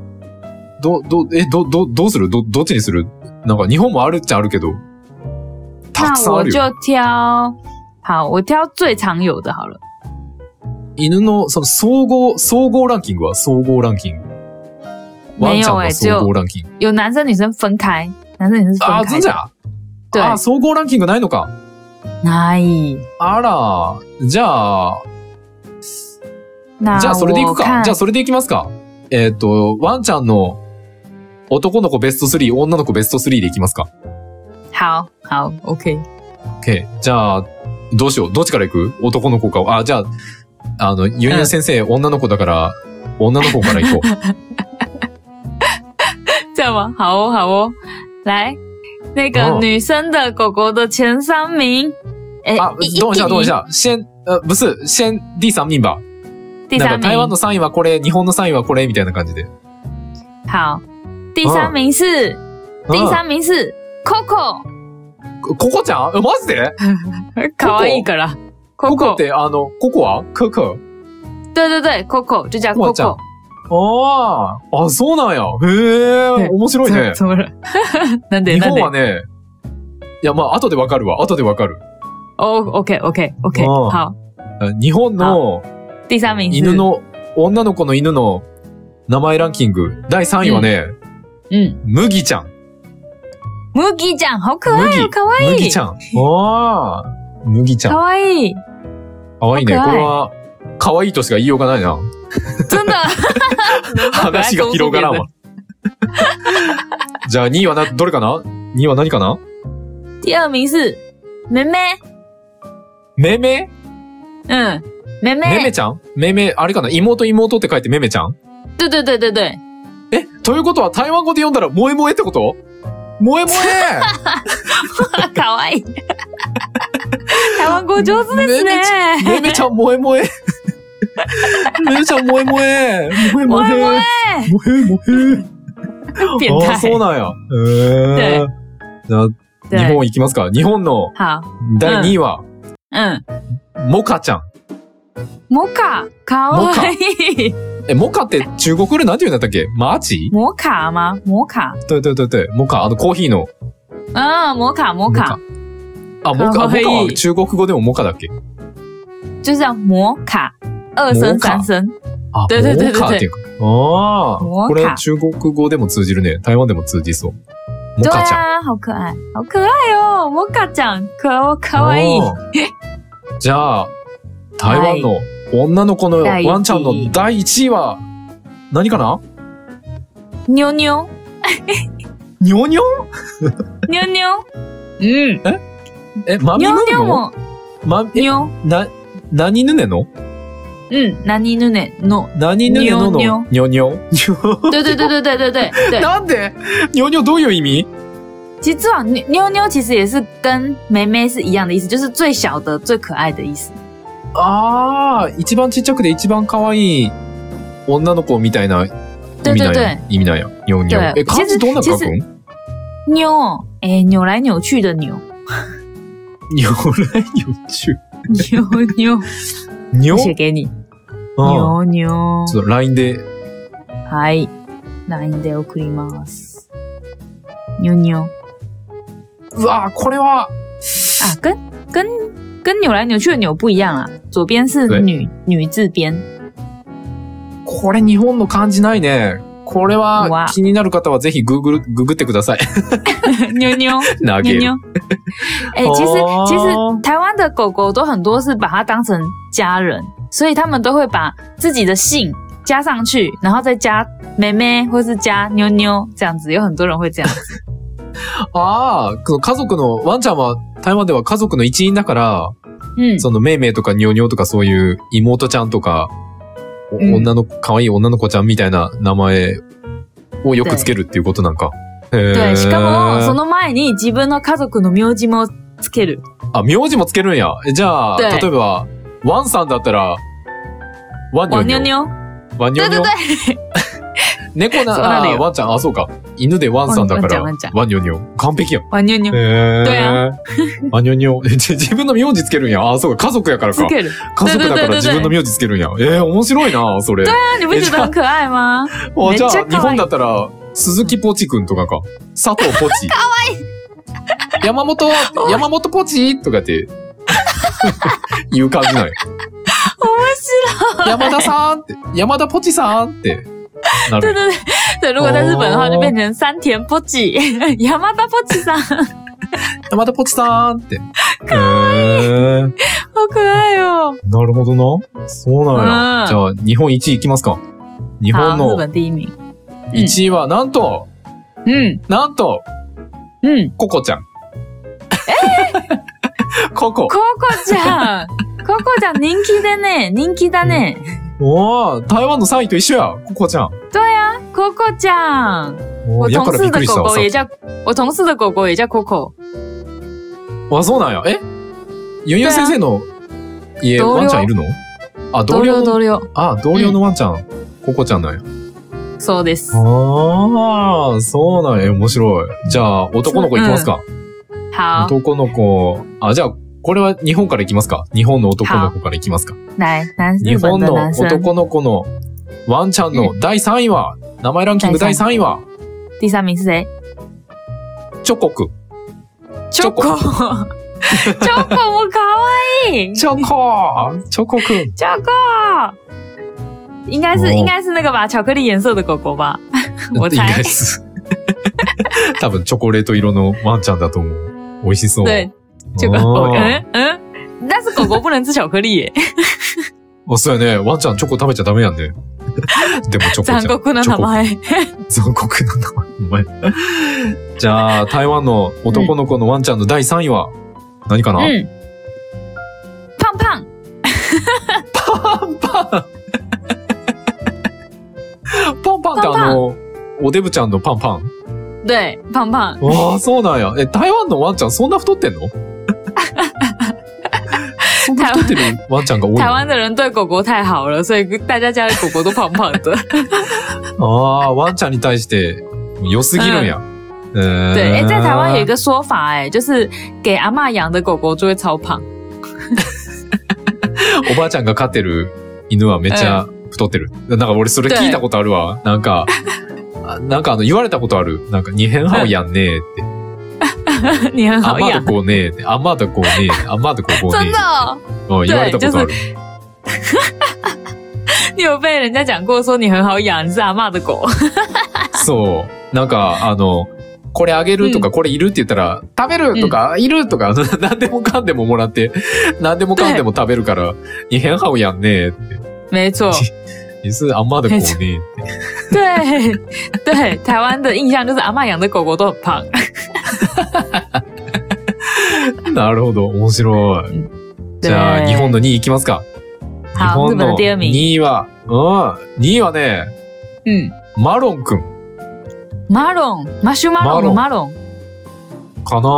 Speaker 1: ど、ど、え、ど、ど、どうするど、どっちにするなんか日本もあるっちゃあるけど。た
Speaker 2: 那
Speaker 1: くさんあ
Speaker 2: 我
Speaker 1: る
Speaker 2: 就
Speaker 1: よ。
Speaker 2: 挑，好，我挑最常有的好了。
Speaker 1: 犬の、その、総合、総合ランキングは総合ランキング。ワン
Speaker 2: 没
Speaker 1: ちゃ
Speaker 2: 有
Speaker 1: ん
Speaker 2: 哎、
Speaker 1: の
Speaker 2: 只
Speaker 1: 総
Speaker 2: 有
Speaker 1: 合ランキング。
Speaker 2: 有男生女生分开，男生女生是
Speaker 1: あー、
Speaker 2: 分开
Speaker 1: 全然
Speaker 2: 的。对，
Speaker 1: あー、総合ランキングないのか。
Speaker 2: 那
Speaker 1: あら、じゃあ、
Speaker 2: 那
Speaker 1: じゃあそれでい
Speaker 2: 我
Speaker 1: く
Speaker 2: 看
Speaker 1: か。じゃあそれでいきますか。えっ、と、ワンちゃんの男の子ベスト3、女の子ベスト3でいきますか。
Speaker 2: 好好，OK，
Speaker 1: OK。じゃあ、どうしよう。どっちから行く男の子か。あ、じゃあ、あの、ユニオン先生、女の子だから、女の子から行こう。
Speaker 2: 这样吗？好哦，好哦，来，那个
Speaker 1: 哦
Speaker 2: 女生的狗狗的前三名，哎、
Speaker 1: あ、
Speaker 2: 一
Speaker 1: どうし
Speaker 2: 一
Speaker 1: たどうした先、あ、ブス、先、D3 人吧。
Speaker 2: 第
Speaker 1: なん
Speaker 2: 三
Speaker 1: か台湾の，
Speaker 2: 名
Speaker 1: 3位はこれ、日本の3位はこれ、みたいな感じで。
Speaker 2: 好，第
Speaker 1: 哦
Speaker 2: 三名是、第三名是 Coco，
Speaker 1: うんこここちゃんえマジで
Speaker 2: 可爱个啦
Speaker 1: ここっ
Speaker 2: ，Coco，
Speaker 1: て、あの、ここはクク
Speaker 2: 对对对，Coco 就叫
Speaker 1: 我讲
Speaker 2: Coco，
Speaker 1: ああ、あ、そうなんや。へえ、
Speaker 2: ね
Speaker 1: 面白いね。
Speaker 2: 怎么 了？なんで
Speaker 1: 日
Speaker 2: なん
Speaker 1: 本
Speaker 2: で
Speaker 1: はね、いや、まあ、後でわかるわ。後でわかる。
Speaker 2: 哦，OK OK OK，
Speaker 1: 哦
Speaker 2: 好，
Speaker 1: あ日本の
Speaker 2: 第三名是
Speaker 1: 犬の、女の子の犬の名前ランキング、第3位はね、
Speaker 2: 嗯
Speaker 1: 麦ちゃん。
Speaker 2: ，Mugi 酱好可爱哦，
Speaker 1: 麦
Speaker 2: 可愛
Speaker 1: 麦
Speaker 2: い
Speaker 1: ちゃん。ああ、麦ちゃん。
Speaker 2: 可愛い，
Speaker 1: かわいいね。こ
Speaker 2: 可愛い
Speaker 1: れは、かわいいとしか言いようがないな。
Speaker 2: 真的，
Speaker 1: 話が広がらんわ。じゃあ2位はな、どれかな ?2 位は何かな
Speaker 2: 第二名是妹
Speaker 1: め
Speaker 2: 妹，
Speaker 1: め
Speaker 2: 嗯，
Speaker 1: め
Speaker 2: 妹妹
Speaker 1: め，ちゃんめめ、あれかな妹妹って書いてめめちゃん
Speaker 2: 对对对对对，
Speaker 1: え、ということは台湾語で読んだら萌え萌えってこと萌え 萌え
Speaker 2: 可愛い。 台湾語上手で
Speaker 1: め
Speaker 2: す
Speaker 1: めち
Speaker 2: ね。
Speaker 1: めめちゃん萌え 萌えめめちゃん萌え萌え萌え萌え萌え萌え
Speaker 2: 变
Speaker 1: 萌えあ
Speaker 2: 态
Speaker 1: あ、。そうなんや。へえ
Speaker 2: 对。
Speaker 1: じゃあ、
Speaker 2: 对
Speaker 1: 日本行きますか。日本の
Speaker 2: 好，
Speaker 1: 第2位は、
Speaker 2: 嗯，
Speaker 1: モカちゃん。
Speaker 2: 摩卡，可爱い。
Speaker 1: え、モカって中国語でなんて言うんだったっけマジ
Speaker 2: 摩卡吗？摩卡
Speaker 1: 对对对对、モカ、あのコーヒーの。
Speaker 2: 啊，摩卡摩卡
Speaker 1: あ、モカ、モ
Speaker 2: か
Speaker 1: カ
Speaker 2: わいい
Speaker 1: は中国語でもモカだっけ
Speaker 2: 就叫摩卡，
Speaker 1: 摩
Speaker 2: 二声
Speaker 1: 卡
Speaker 2: 三声。
Speaker 1: あ、
Speaker 2: 对对对
Speaker 1: モカっていうか。あ
Speaker 2: モ
Speaker 1: あ、
Speaker 2: カ
Speaker 1: これ中国語でも通じるね。台湾でも通じそう。モ
Speaker 2: 对
Speaker 1: カちゃん。
Speaker 2: 啊，好可爱，好可爱哦！摩卡酱可可愛い。
Speaker 1: あーじゃあ、台湾の女の子の
Speaker 2: 第一位
Speaker 1: ワンちゃんの第1位は、何かな
Speaker 2: 妞妞
Speaker 1: ニョニョ
Speaker 2: 妞妞，嗯，
Speaker 1: え、マミヌ
Speaker 2: 妞
Speaker 1: ネ
Speaker 2: 妞
Speaker 1: の
Speaker 2: も
Speaker 1: ま、え、
Speaker 2: 妞，
Speaker 1: な、何ヌネの
Speaker 2: 嗯，何ぬねの，
Speaker 1: 何ヌネのの
Speaker 2: ニョ
Speaker 1: ニョニョ。ニョ
Speaker 2: 对对对对对对对 对。
Speaker 1: なんでニョニョどういう意味
Speaker 2: 其实啊，妞妞妞其实也是跟梅梅是一样的意思，就是最小的、最可爱的意思。
Speaker 1: ああ、一番ちっちゃくて一番可愛い女の子みたいな意
Speaker 2: 对
Speaker 1: 味なんや
Speaker 2: 对对，
Speaker 1: 意味なんや。ニョニョ。
Speaker 2: 对
Speaker 1: え、漢字どんな書く ん
Speaker 2: 妞哦，哎，扭来扭去的扭，
Speaker 1: ニョ来ニョ中。
Speaker 2: 妞妞，
Speaker 1: ニ
Speaker 2: 写
Speaker 1: ョ
Speaker 2: 给你，
Speaker 1: うん
Speaker 2: 妞妞，
Speaker 1: ちょっと LINE で
Speaker 2: はい、LINE で送ります。妞妞。
Speaker 1: うわーこれは、
Speaker 2: 啊，跟跟跟扭来扭去的扭不一样啊，左边是
Speaker 1: 对
Speaker 2: 女女字边，
Speaker 1: これ日本の漢字ないね。これ
Speaker 2: うわ
Speaker 1: は気になる方はぜひグーグル、ググってください。
Speaker 2: 妞妞
Speaker 1: 投
Speaker 2: 妞
Speaker 1: げ
Speaker 2: 妞
Speaker 1: る。。
Speaker 2: 哎、其实
Speaker 1: 哦
Speaker 2: 其实台湾的狗狗都很多是把它当成家人，所以他们都会把自己的姓加上去，然后再加妹妹或是加妞妞这样子，有很多人会这样。
Speaker 1: ああ、この家族の、ワンちゃんは台湾では家族の一員だから、
Speaker 2: 嗯，
Speaker 1: そのメイメイとかニョニョとかそういう妹ちゃんとか、お
Speaker 2: うん
Speaker 1: 女の子、可愛い女の子ちゃんみたいな名前をよくつけるっていうことなんか。へ
Speaker 2: 对。しかもそ
Speaker 1: ー。
Speaker 2: の前に自分の家族の名字もつける。
Speaker 1: あ、名字もつけるんや。えじゃあ、
Speaker 2: 对
Speaker 1: 例えば、ワンさんだったら、ワンニョ
Speaker 2: 王
Speaker 1: ニ
Speaker 2: 妞
Speaker 1: ョ。
Speaker 2: 妞，
Speaker 1: ワンニョ
Speaker 2: 对
Speaker 1: ニ
Speaker 2: 对
Speaker 1: ョ
Speaker 2: 对。，
Speaker 1: 猫
Speaker 2: そう
Speaker 1: な、
Speaker 2: な
Speaker 1: あ
Speaker 2: るよ
Speaker 1: ーワンちゃん、あ、そうか。犬でワンさんだから、
Speaker 2: ワンワンちゃん
Speaker 1: ワンニョニョ。完璧やん。
Speaker 2: 王妞妞
Speaker 1: へ
Speaker 2: 对啊。
Speaker 1: ワン ニョニョ。えじ自分の名字つけるんや。あ、そうか。家族やから
Speaker 2: つ
Speaker 1: か。
Speaker 2: ける。
Speaker 1: 家族だか
Speaker 2: 对对对
Speaker 1: ら
Speaker 2: 对
Speaker 1: 自分の名字つけ るんや。えー、面白いな、それ。
Speaker 2: 那你不觉得很可爱吗？
Speaker 1: おじゃあ、
Speaker 2: めっち
Speaker 1: 日
Speaker 2: ゃ可愛い
Speaker 1: 本だったら、鈴木ポチくんとかか。佐藤ポチ。かわいい山本、山本ポチとかって、 言う感じなんよ。面白い。山田さんって、山田ポチさんって、な
Speaker 2: 对
Speaker 1: る。
Speaker 2: 对对对，如果在日本的话，就变成三田波吉、 ヤマダ波吉さん，
Speaker 1: 山田ポチさんって。かわいい。
Speaker 2: 好可爱哦！
Speaker 1: なるほどな。そうなん
Speaker 2: うん
Speaker 1: や。じゃあ、日本1位いきますか。日
Speaker 2: 好，
Speaker 1: 本
Speaker 2: 日
Speaker 1: の
Speaker 2: 本第一名。
Speaker 1: 1位は、なんと、
Speaker 2: 嗯
Speaker 1: なんと、
Speaker 2: 嗯，
Speaker 1: ココちゃん。ココ。
Speaker 2: ココちゃん、 ココちゃん人気だね、人気だね。
Speaker 1: おお、台湾の3位と一緒や、ココちゃん。
Speaker 2: ココちゃん，
Speaker 1: お
Speaker 2: 我
Speaker 1: ーや
Speaker 2: 同
Speaker 1: からびっく
Speaker 2: 事的
Speaker 1: りした
Speaker 2: 狗
Speaker 1: わ。
Speaker 2: 狗
Speaker 1: さ
Speaker 2: 也叫，我同事的狗狗也叫 Coco，
Speaker 1: あ、そうなんや。えユンユン先生の家、
Speaker 2: 同僚
Speaker 1: ワンちゃんいるのあ、同
Speaker 2: 同
Speaker 1: 僚
Speaker 2: 僚
Speaker 1: の、
Speaker 2: 同僚，
Speaker 1: あ、同僚のワンちゃん、ココちゃんなんや。
Speaker 2: そうです。
Speaker 1: ああ、そうなんや。面白い。じゃあ、男の子いきますか。
Speaker 2: 好，
Speaker 1: 男の子、あ、じゃあ、これは日本からいきますか。日本の男の子からいきますか。
Speaker 2: 来男
Speaker 1: 日
Speaker 2: 日
Speaker 1: 本
Speaker 2: 本的
Speaker 1: の
Speaker 2: 男生，
Speaker 1: 男の子のワンちゃんの第3位は、名前ランキング第3位は、
Speaker 2: 第三名是谁？
Speaker 1: チョコくん。チョコ
Speaker 2: チ ョコも可愛い。
Speaker 1: チョコチョコくん。
Speaker 2: チョコ，应该是
Speaker 1: 哦
Speaker 2: 应该是那个吧，巧克力颜色的狗狗吧？我
Speaker 1: 应
Speaker 2: 猜
Speaker 1: 该。是。多分チョコレート色のワンちゃんだと思う。美味しそう。
Speaker 2: 对，这个
Speaker 1: 哦
Speaker 2: 嗯嗯，但是狗狗不能吃巧克力 耶，
Speaker 1: あ、そうやね。ワンちゃんチョコ食べちゃダメやんね。でもチョコ ちゃん。
Speaker 2: 残酷な
Speaker 1: チョ
Speaker 2: 名
Speaker 1: コ
Speaker 2: 前。
Speaker 1: 残酷な名前。じゃあ、台湾の男の子のワンちゃんの第3位は何かな、
Speaker 2: 嗯，胖胖，
Speaker 1: パンパンって
Speaker 2: パンパン
Speaker 1: あの、おデブちゃんのパンパン。
Speaker 2: 对，胖胖，
Speaker 1: ああ、そうなんや。え、台湾のワンちゃんそんな太ってん のそんな太ってるワンちゃんが多いの
Speaker 2: 台湾的人对狗狗太好了，所以大家家里狗狗都胖胖 的。
Speaker 1: ああ、ワンちゃんに対して良すぎるんや。えー
Speaker 2: 对，哎、在台湾有一个说法、哎，就是给阿嬷养的狗狗就会超胖。
Speaker 1: おばあちゃんが飼ってる犬はめっちゃ太ってる。なんか俺それ聞いたことあるわ。なんか、あなんかあの言われたことある。なんか二変半やんねえ って。
Speaker 2: 你很
Speaker 1: あ
Speaker 2: 好
Speaker 1: んまだ
Speaker 2: 养，
Speaker 1: こうねえって。あんまだこうねえ。あんまだこうこうね
Speaker 2: 真的、
Speaker 1: え。う
Speaker 2: 哦，
Speaker 1: ん言われたことある。
Speaker 2: 你有被人家讲过说你很好养，你是阿嬷的狗。
Speaker 1: そう。なんか、あの、これあげるとか、これいるって言ったら、食べるとか、いるとか、 何でもかんでももらって、何でもかんでも食べるから、二変半やんねえって。
Speaker 2: 没错，
Speaker 1: 你是阿妈的狗ね。
Speaker 2: 对对，台湾的印象就是阿嬷养的狗狗都很胖。
Speaker 1: なるほど。面白い。じゃあ、日本の2位いきますか。日
Speaker 2: 好
Speaker 1: 本
Speaker 2: 日本
Speaker 1: の
Speaker 2: の第二名
Speaker 1: 2位は、うん。2位はね、
Speaker 2: 嗯
Speaker 1: マロンくん
Speaker 2: ，Maron Marshmallow 的 Maron，
Speaker 1: かな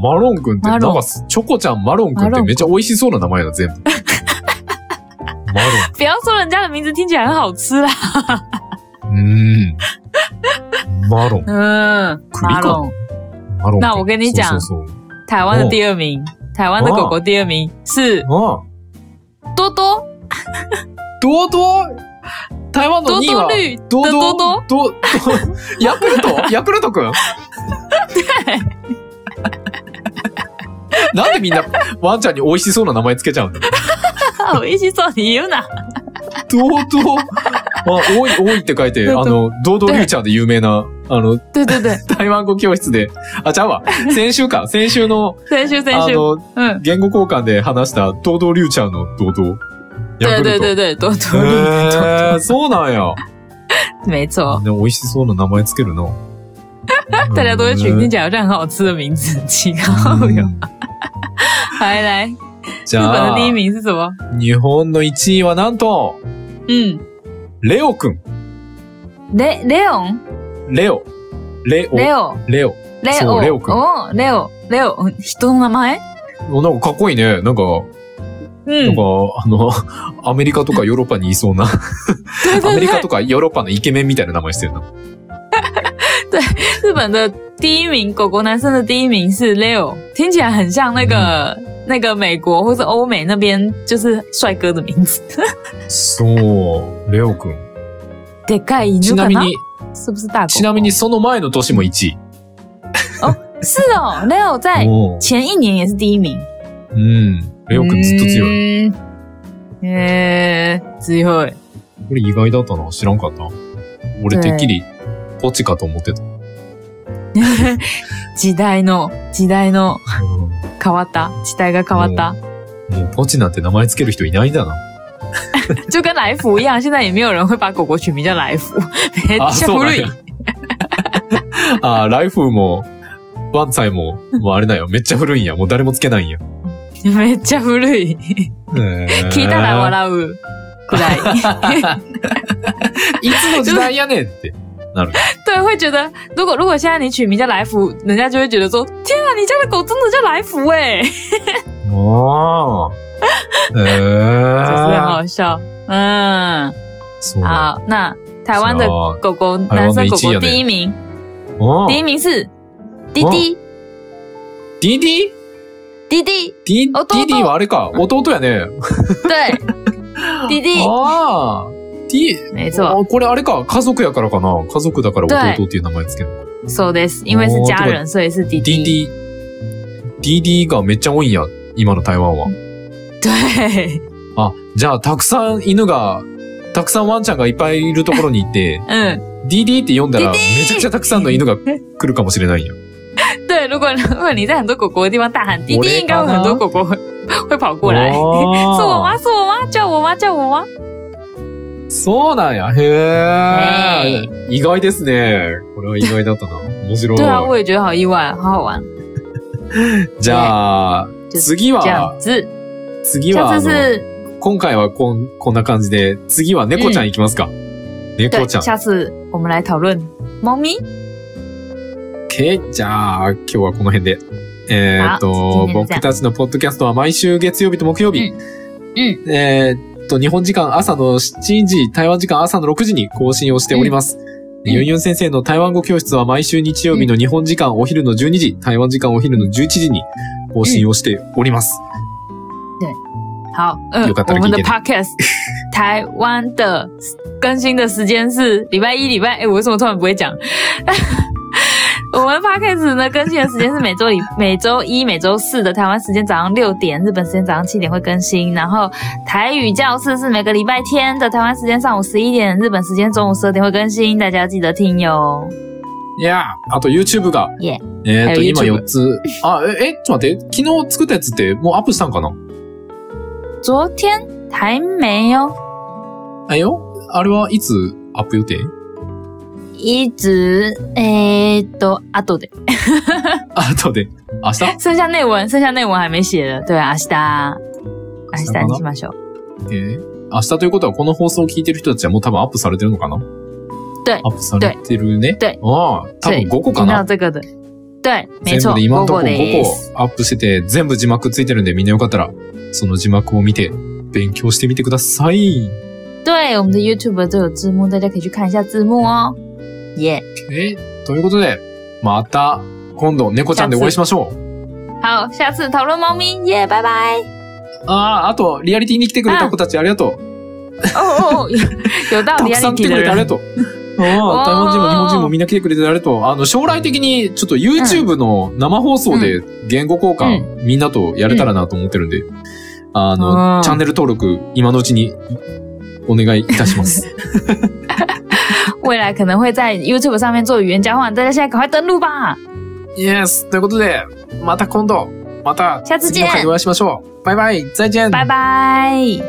Speaker 1: マロンくんって、な
Speaker 2: マ
Speaker 1: ん
Speaker 2: ロン
Speaker 1: か、チョコちゃんマロンくんってめっちゃ美味しそうな名前だ、全部。マロン
Speaker 2: 不要说人家的名字听起来很好吃啦。
Speaker 1: うん。マロン。
Speaker 2: 嗯
Speaker 1: 苦力感
Speaker 2: ，Maron，
Speaker 1: マロン。
Speaker 2: 那我跟你讲
Speaker 1: そうそうそう。
Speaker 2: 台湾的第二名，台湾的狗狗第二名
Speaker 1: あ
Speaker 2: 是
Speaker 1: あ
Speaker 2: 多多，
Speaker 1: ドド台湾の
Speaker 2: 多
Speaker 1: 2位は
Speaker 2: 多绿的
Speaker 1: ド
Speaker 2: 多多。
Speaker 1: ドドヤクルトヤクルトくんなんでみんなワンちゃんに美味しそうな名前つけちゃうんだ
Speaker 2: 我一起做你啊有哪？
Speaker 1: ドドあ、多い多いって書いて、あの、
Speaker 2: ド
Speaker 1: ドドリューちゃんで有名な、あの、
Speaker 2: 对对对，
Speaker 1: 台湾語教室で、あ、ちゃうわ。先週か。先週の、
Speaker 2: 先修先
Speaker 1: あ
Speaker 2: 修，
Speaker 1: の、
Speaker 2: 嗯，
Speaker 1: 言語交換で話した、堂々リューちゃんの堂々。ヤク
Speaker 2: 对
Speaker 1: ルト。
Speaker 2: 对对对，多多绿，
Speaker 1: へー、そうなんや。
Speaker 2: 没错。
Speaker 1: ね、美味しそうな名前つけるな。
Speaker 2: 大家都会取
Speaker 1: うん
Speaker 2: 听起来好像很好吃的名字， 奇
Speaker 1: う
Speaker 2: 高
Speaker 1: ん
Speaker 2: 哟。来来，日
Speaker 1: じ
Speaker 2: 本
Speaker 1: ゃ
Speaker 2: 的
Speaker 1: あ
Speaker 2: 第一、名是什么？
Speaker 1: 日本の1位はなんと、
Speaker 2: 嗯
Speaker 1: レオくん。
Speaker 2: ，Le Leo
Speaker 1: レオ。レオ。
Speaker 2: Leo
Speaker 1: レオ。そうレオ
Speaker 2: Leo
Speaker 1: 君
Speaker 2: 哦，Leo Leo，人の名前？
Speaker 1: おなんかかっこいいね。なんか、なん
Speaker 2: 嗯
Speaker 1: か、あの、 アメリカとかヨーロッパにいそうな。
Speaker 2: 对
Speaker 1: アメリ
Speaker 2: 对
Speaker 1: カとかヨーロッパのイケメンみたいな名前してるな。
Speaker 2: 对，日本的第一名狗狗男生的第一名是 Leo，听起来很像那个那个美国或是欧美那边就是帅哥的名字。
Speaker 1: そう、レオくん。
Speaker 2: でかい
Speaker 1: ち
Speaker 2: 犬
Speaker 1: な
Speaker 2: か
Speaker 1: み
Speaker 2: な？
Speaker 1: に、
Speaker 2: 是不是大狗狗？
Speaker 1: ちなみにその前の年も1位。
Speaker 2: 是哦，Leo 在
Speaker 1: おー
Speaker 2: 前一年也是第一名。
Speaker 1: うん。レオくんずっと強い。
Speaker 2: い。えー、強い。
Speaker 1: これ意外だったな。知らんかった。俺てっきり、ポチかと思ってた。
Speaker 2: 時代の、時代の
Speaker 1: うん
Speaker 2: 変わった。時代が変わった。
Speaker 1: もうポチなんて名前つける人いないんだな。
Speaker 2: 就跟来福一样，现在也没有人会把狗狗取名叫来福。めっ
Speaker 1: あ、
Speaker 2: ちゃ
Speaker 1: そうな
Speaker 2: 古
Speaker 1: ん
Speaker 2: い
Speaker 1: や。。 あ、ライフも、ワンサイも、もうあれなんや。めっちゃ古いんや。もう誰もつけないんや。
Speaker 2: めっちゃ古い。 聞
Speaker 1: 聞
Speaker 2: いたら笑うくらい。
Speaker 1: いつの時代やねんって。なる。
Speaker 2: 对，会觉得如果如果现在你取名叫来福，人家就会觉得说：天啊，你家的狗真的叫来福哎、
Speaker 1: あ あ。へ啊
Speaker 2: 这是很
Speaker 1: え。
Speaker 2: 好笑。嗯，
Speaker 1: そうなん
Speaker 2: 好，那台湾的
Speaker 1: じゃあ
Speaker 2: 狗狗
Speaker 1: 台
Speaker 2: 男
Speaker 1: 湾的
Speaker 2: 生
Speaker 1: 一
Speaker 2: 狗
Speaker 1: 季有没有
Speaker 2: 狗第一名，
Speaker 1: あ
Speaker 2: 第一
Speaker 1: ー
Speaker 2: 名是滴滴
Speaker 1: ディディ
Speaker 2: 滴滴，
Speaker 1: ディデ
Speaker 2: 弟
Speaker 1: ィディはあれか。弟やね。哦
Speaker 2: 对，滴滴
Speaker 1: ああ。弟
Speaker 2: 没错，
Speaker 1: あ、これあれか。家族やからかな。家族だから弟っていう名前つけるの。
Speaker 2: そうです，因为是家人，所以是弟弟。
Speaker 1: DD。DD がめっちゃ多いんや。今の台湾は。
Speaker 2: 对，
Speaker 1: あ、じゃあ、たくさん犬が、たくさんワンちゃんがいっぱいいるところに行って、
Speaker 2: 嗯，
Speaker 1: DD って読んだら、
Speaker 2: DD
Speaker 1: めちゃくちゃたくさんの犬が来るかもしれ ないんよ。
Speaker 2: 对。如果如果你在很多狗狗的地方啊哦大喊弟
Speaker 1: 我
Speaker 2: 弟，
Speaker 1: 嘞
Speaker 2: 应该有很多狗狗会 会跑过来。是我
Speaker 1: あ
Speaker 2: 吗？是我吗？叫我吗？叫我吗？
Speaker 1: ーそうなんや。へえ。意外ですね。これは意外だったな。面白い。
Speaker 2: 对啊，我也觉得好意外，好好玩。
Speaker 1: じゃあ、
Speaker 2: 就
Speaker 1: 次
Speaker 2: 这样
Speaker 1: は、
Speaker 2: 子，
Speaker 1: 次は
Speaker 2: 下
Speaker 1: あの、
Speaker 2: 次是
Speaker 1: 今回はこんこんな感じで、次は猫ちゃんいきますか。猫
Speaker 2: 对，
Speaker 1: ちゃん。
Speaker 2: 下次我们来讨论猫咪。
Speaker 1: OK じゃあ、今日はこの辺で。えーっと
Speaker 2: 好今、
Speaker 1: 僕
Speaker 2: 天就这样
Speaker 1: たちのポッドキャストは毎週月曜日と木曜日。
Speaker 2: うんう
Speaker 1: えーっと、日本時間朝の7時、台湾時間朝の6時に更新をしております。
Speaker 2: うん
Speaker 1: ユンユン先生の台湾語教室は毎週日曜日の日本時間お昼の12時、台湾時間お昼の11時に更新をしております。
Speaker 2: 好，嗯、
Speaker 1: 有看到
Speaker 2: 我们的
Speaker 1: 一点
Speaker 2: podcast 台湾的更新的时间是礼拜一、礼拜，哎、我为什么突然不会讲？ 我们 podcast 呢更新的时间是每周里 每周一、每周四的台湾时间早上六点，日本时间早上七点会更新。然后台语教室是每个礼拜天的台湾时间上午十一点，日本时间中午十二点会更新，大家要记得听哟。
Speaker 1: いやーあと YouTube が。
Speaker 2: Yeah
Speaker 1: えーっと、
Speaker 2: はい
Speaker 1: 今
Speaker 2: YouTube
Speaker 1: 4つ。あ、え、え、ちょっと待って、昨日作ったやつってもうアップしたんかな
Speaker 2: 昨天还没有，
Speaker 1: あよあれはいつアップ予定
Speaker 2: 一直诶都阿斗的。
Speaker 1: あとで、明日
Speaker 2: 剩下内文，剩下内文还没写了。对啊，明日，明
Speaker 1: 明日か
Speaker 2: 日
Speaker 1: な
Speaker 2: にしましょう。
Speaker 1: えー明日ということは、この放送を聞いてる人たちはもう多分アップされてるのかな
Speaker 2: 对
Speaker 1: アップされてるね。
Speaker 2: 对
Speaker 1: ああ、多分5個か
Speaker 2: 听到
Speaker 1: な。
Speaker 2: 这个的，对，没
Speaker 1: 全
Speaker 2: 错
Speaker 1: 部で今のところ
Speaker 2: 午後
Speaker 1: 5
Speaker 2: で
Speaker 1: 個
Speaker 2: す
Speaker 1: アップしてて、全部字幕ついてるんで、みんなよかったら、その字幕を見て、勉強してみてください。
Speaker 2: 对，我们的 YouTube 都有字幕，大家可以去看一下字幕哦。耶、
Speaker 1: えーということで、また、今度、猫ちゃんでお会いしましょう。
Speaker 2: 好，下次讨论猫咪，耶、拜拜。
Speaker 1: ああ、あと、リアリティに来てくれた子たち、ありがとう。
Speaker 2: 哦哦，有有道
Speaker 1: た
Speaker 2: 理
Speaker 1: く
Speaker 2: 啊，
Speaker 1: さん
Speaker 2: 你
Speaker 1: 来て
Speaker 2: 给的
Speaker 1: くれてありが
Speaker 2: 人。
Speaker 1: と う。ああ、台湾人も日本人もみんな来てくれてありがとう。あの、将来的に、ちょっと YouTube の生放送で言語交換、みんなとやれたらなと思ってるんで、あ
Speaker 2: う
Speaker 1: の、
Speaker 2: ん
Speaker 1: チャンネル登録、今のうちに、お願いいたし ます。
Speaker 2: 未来可能会在 YouTube 上面做语言交换，大家现在赶快登录吧。
Speaker 1: yes! ということで、また今度、また、
Speaker 2: 下次
Speaker 1: 次の回でお会いしましょう。バイバイ再见
Speaker 2: 拜拜。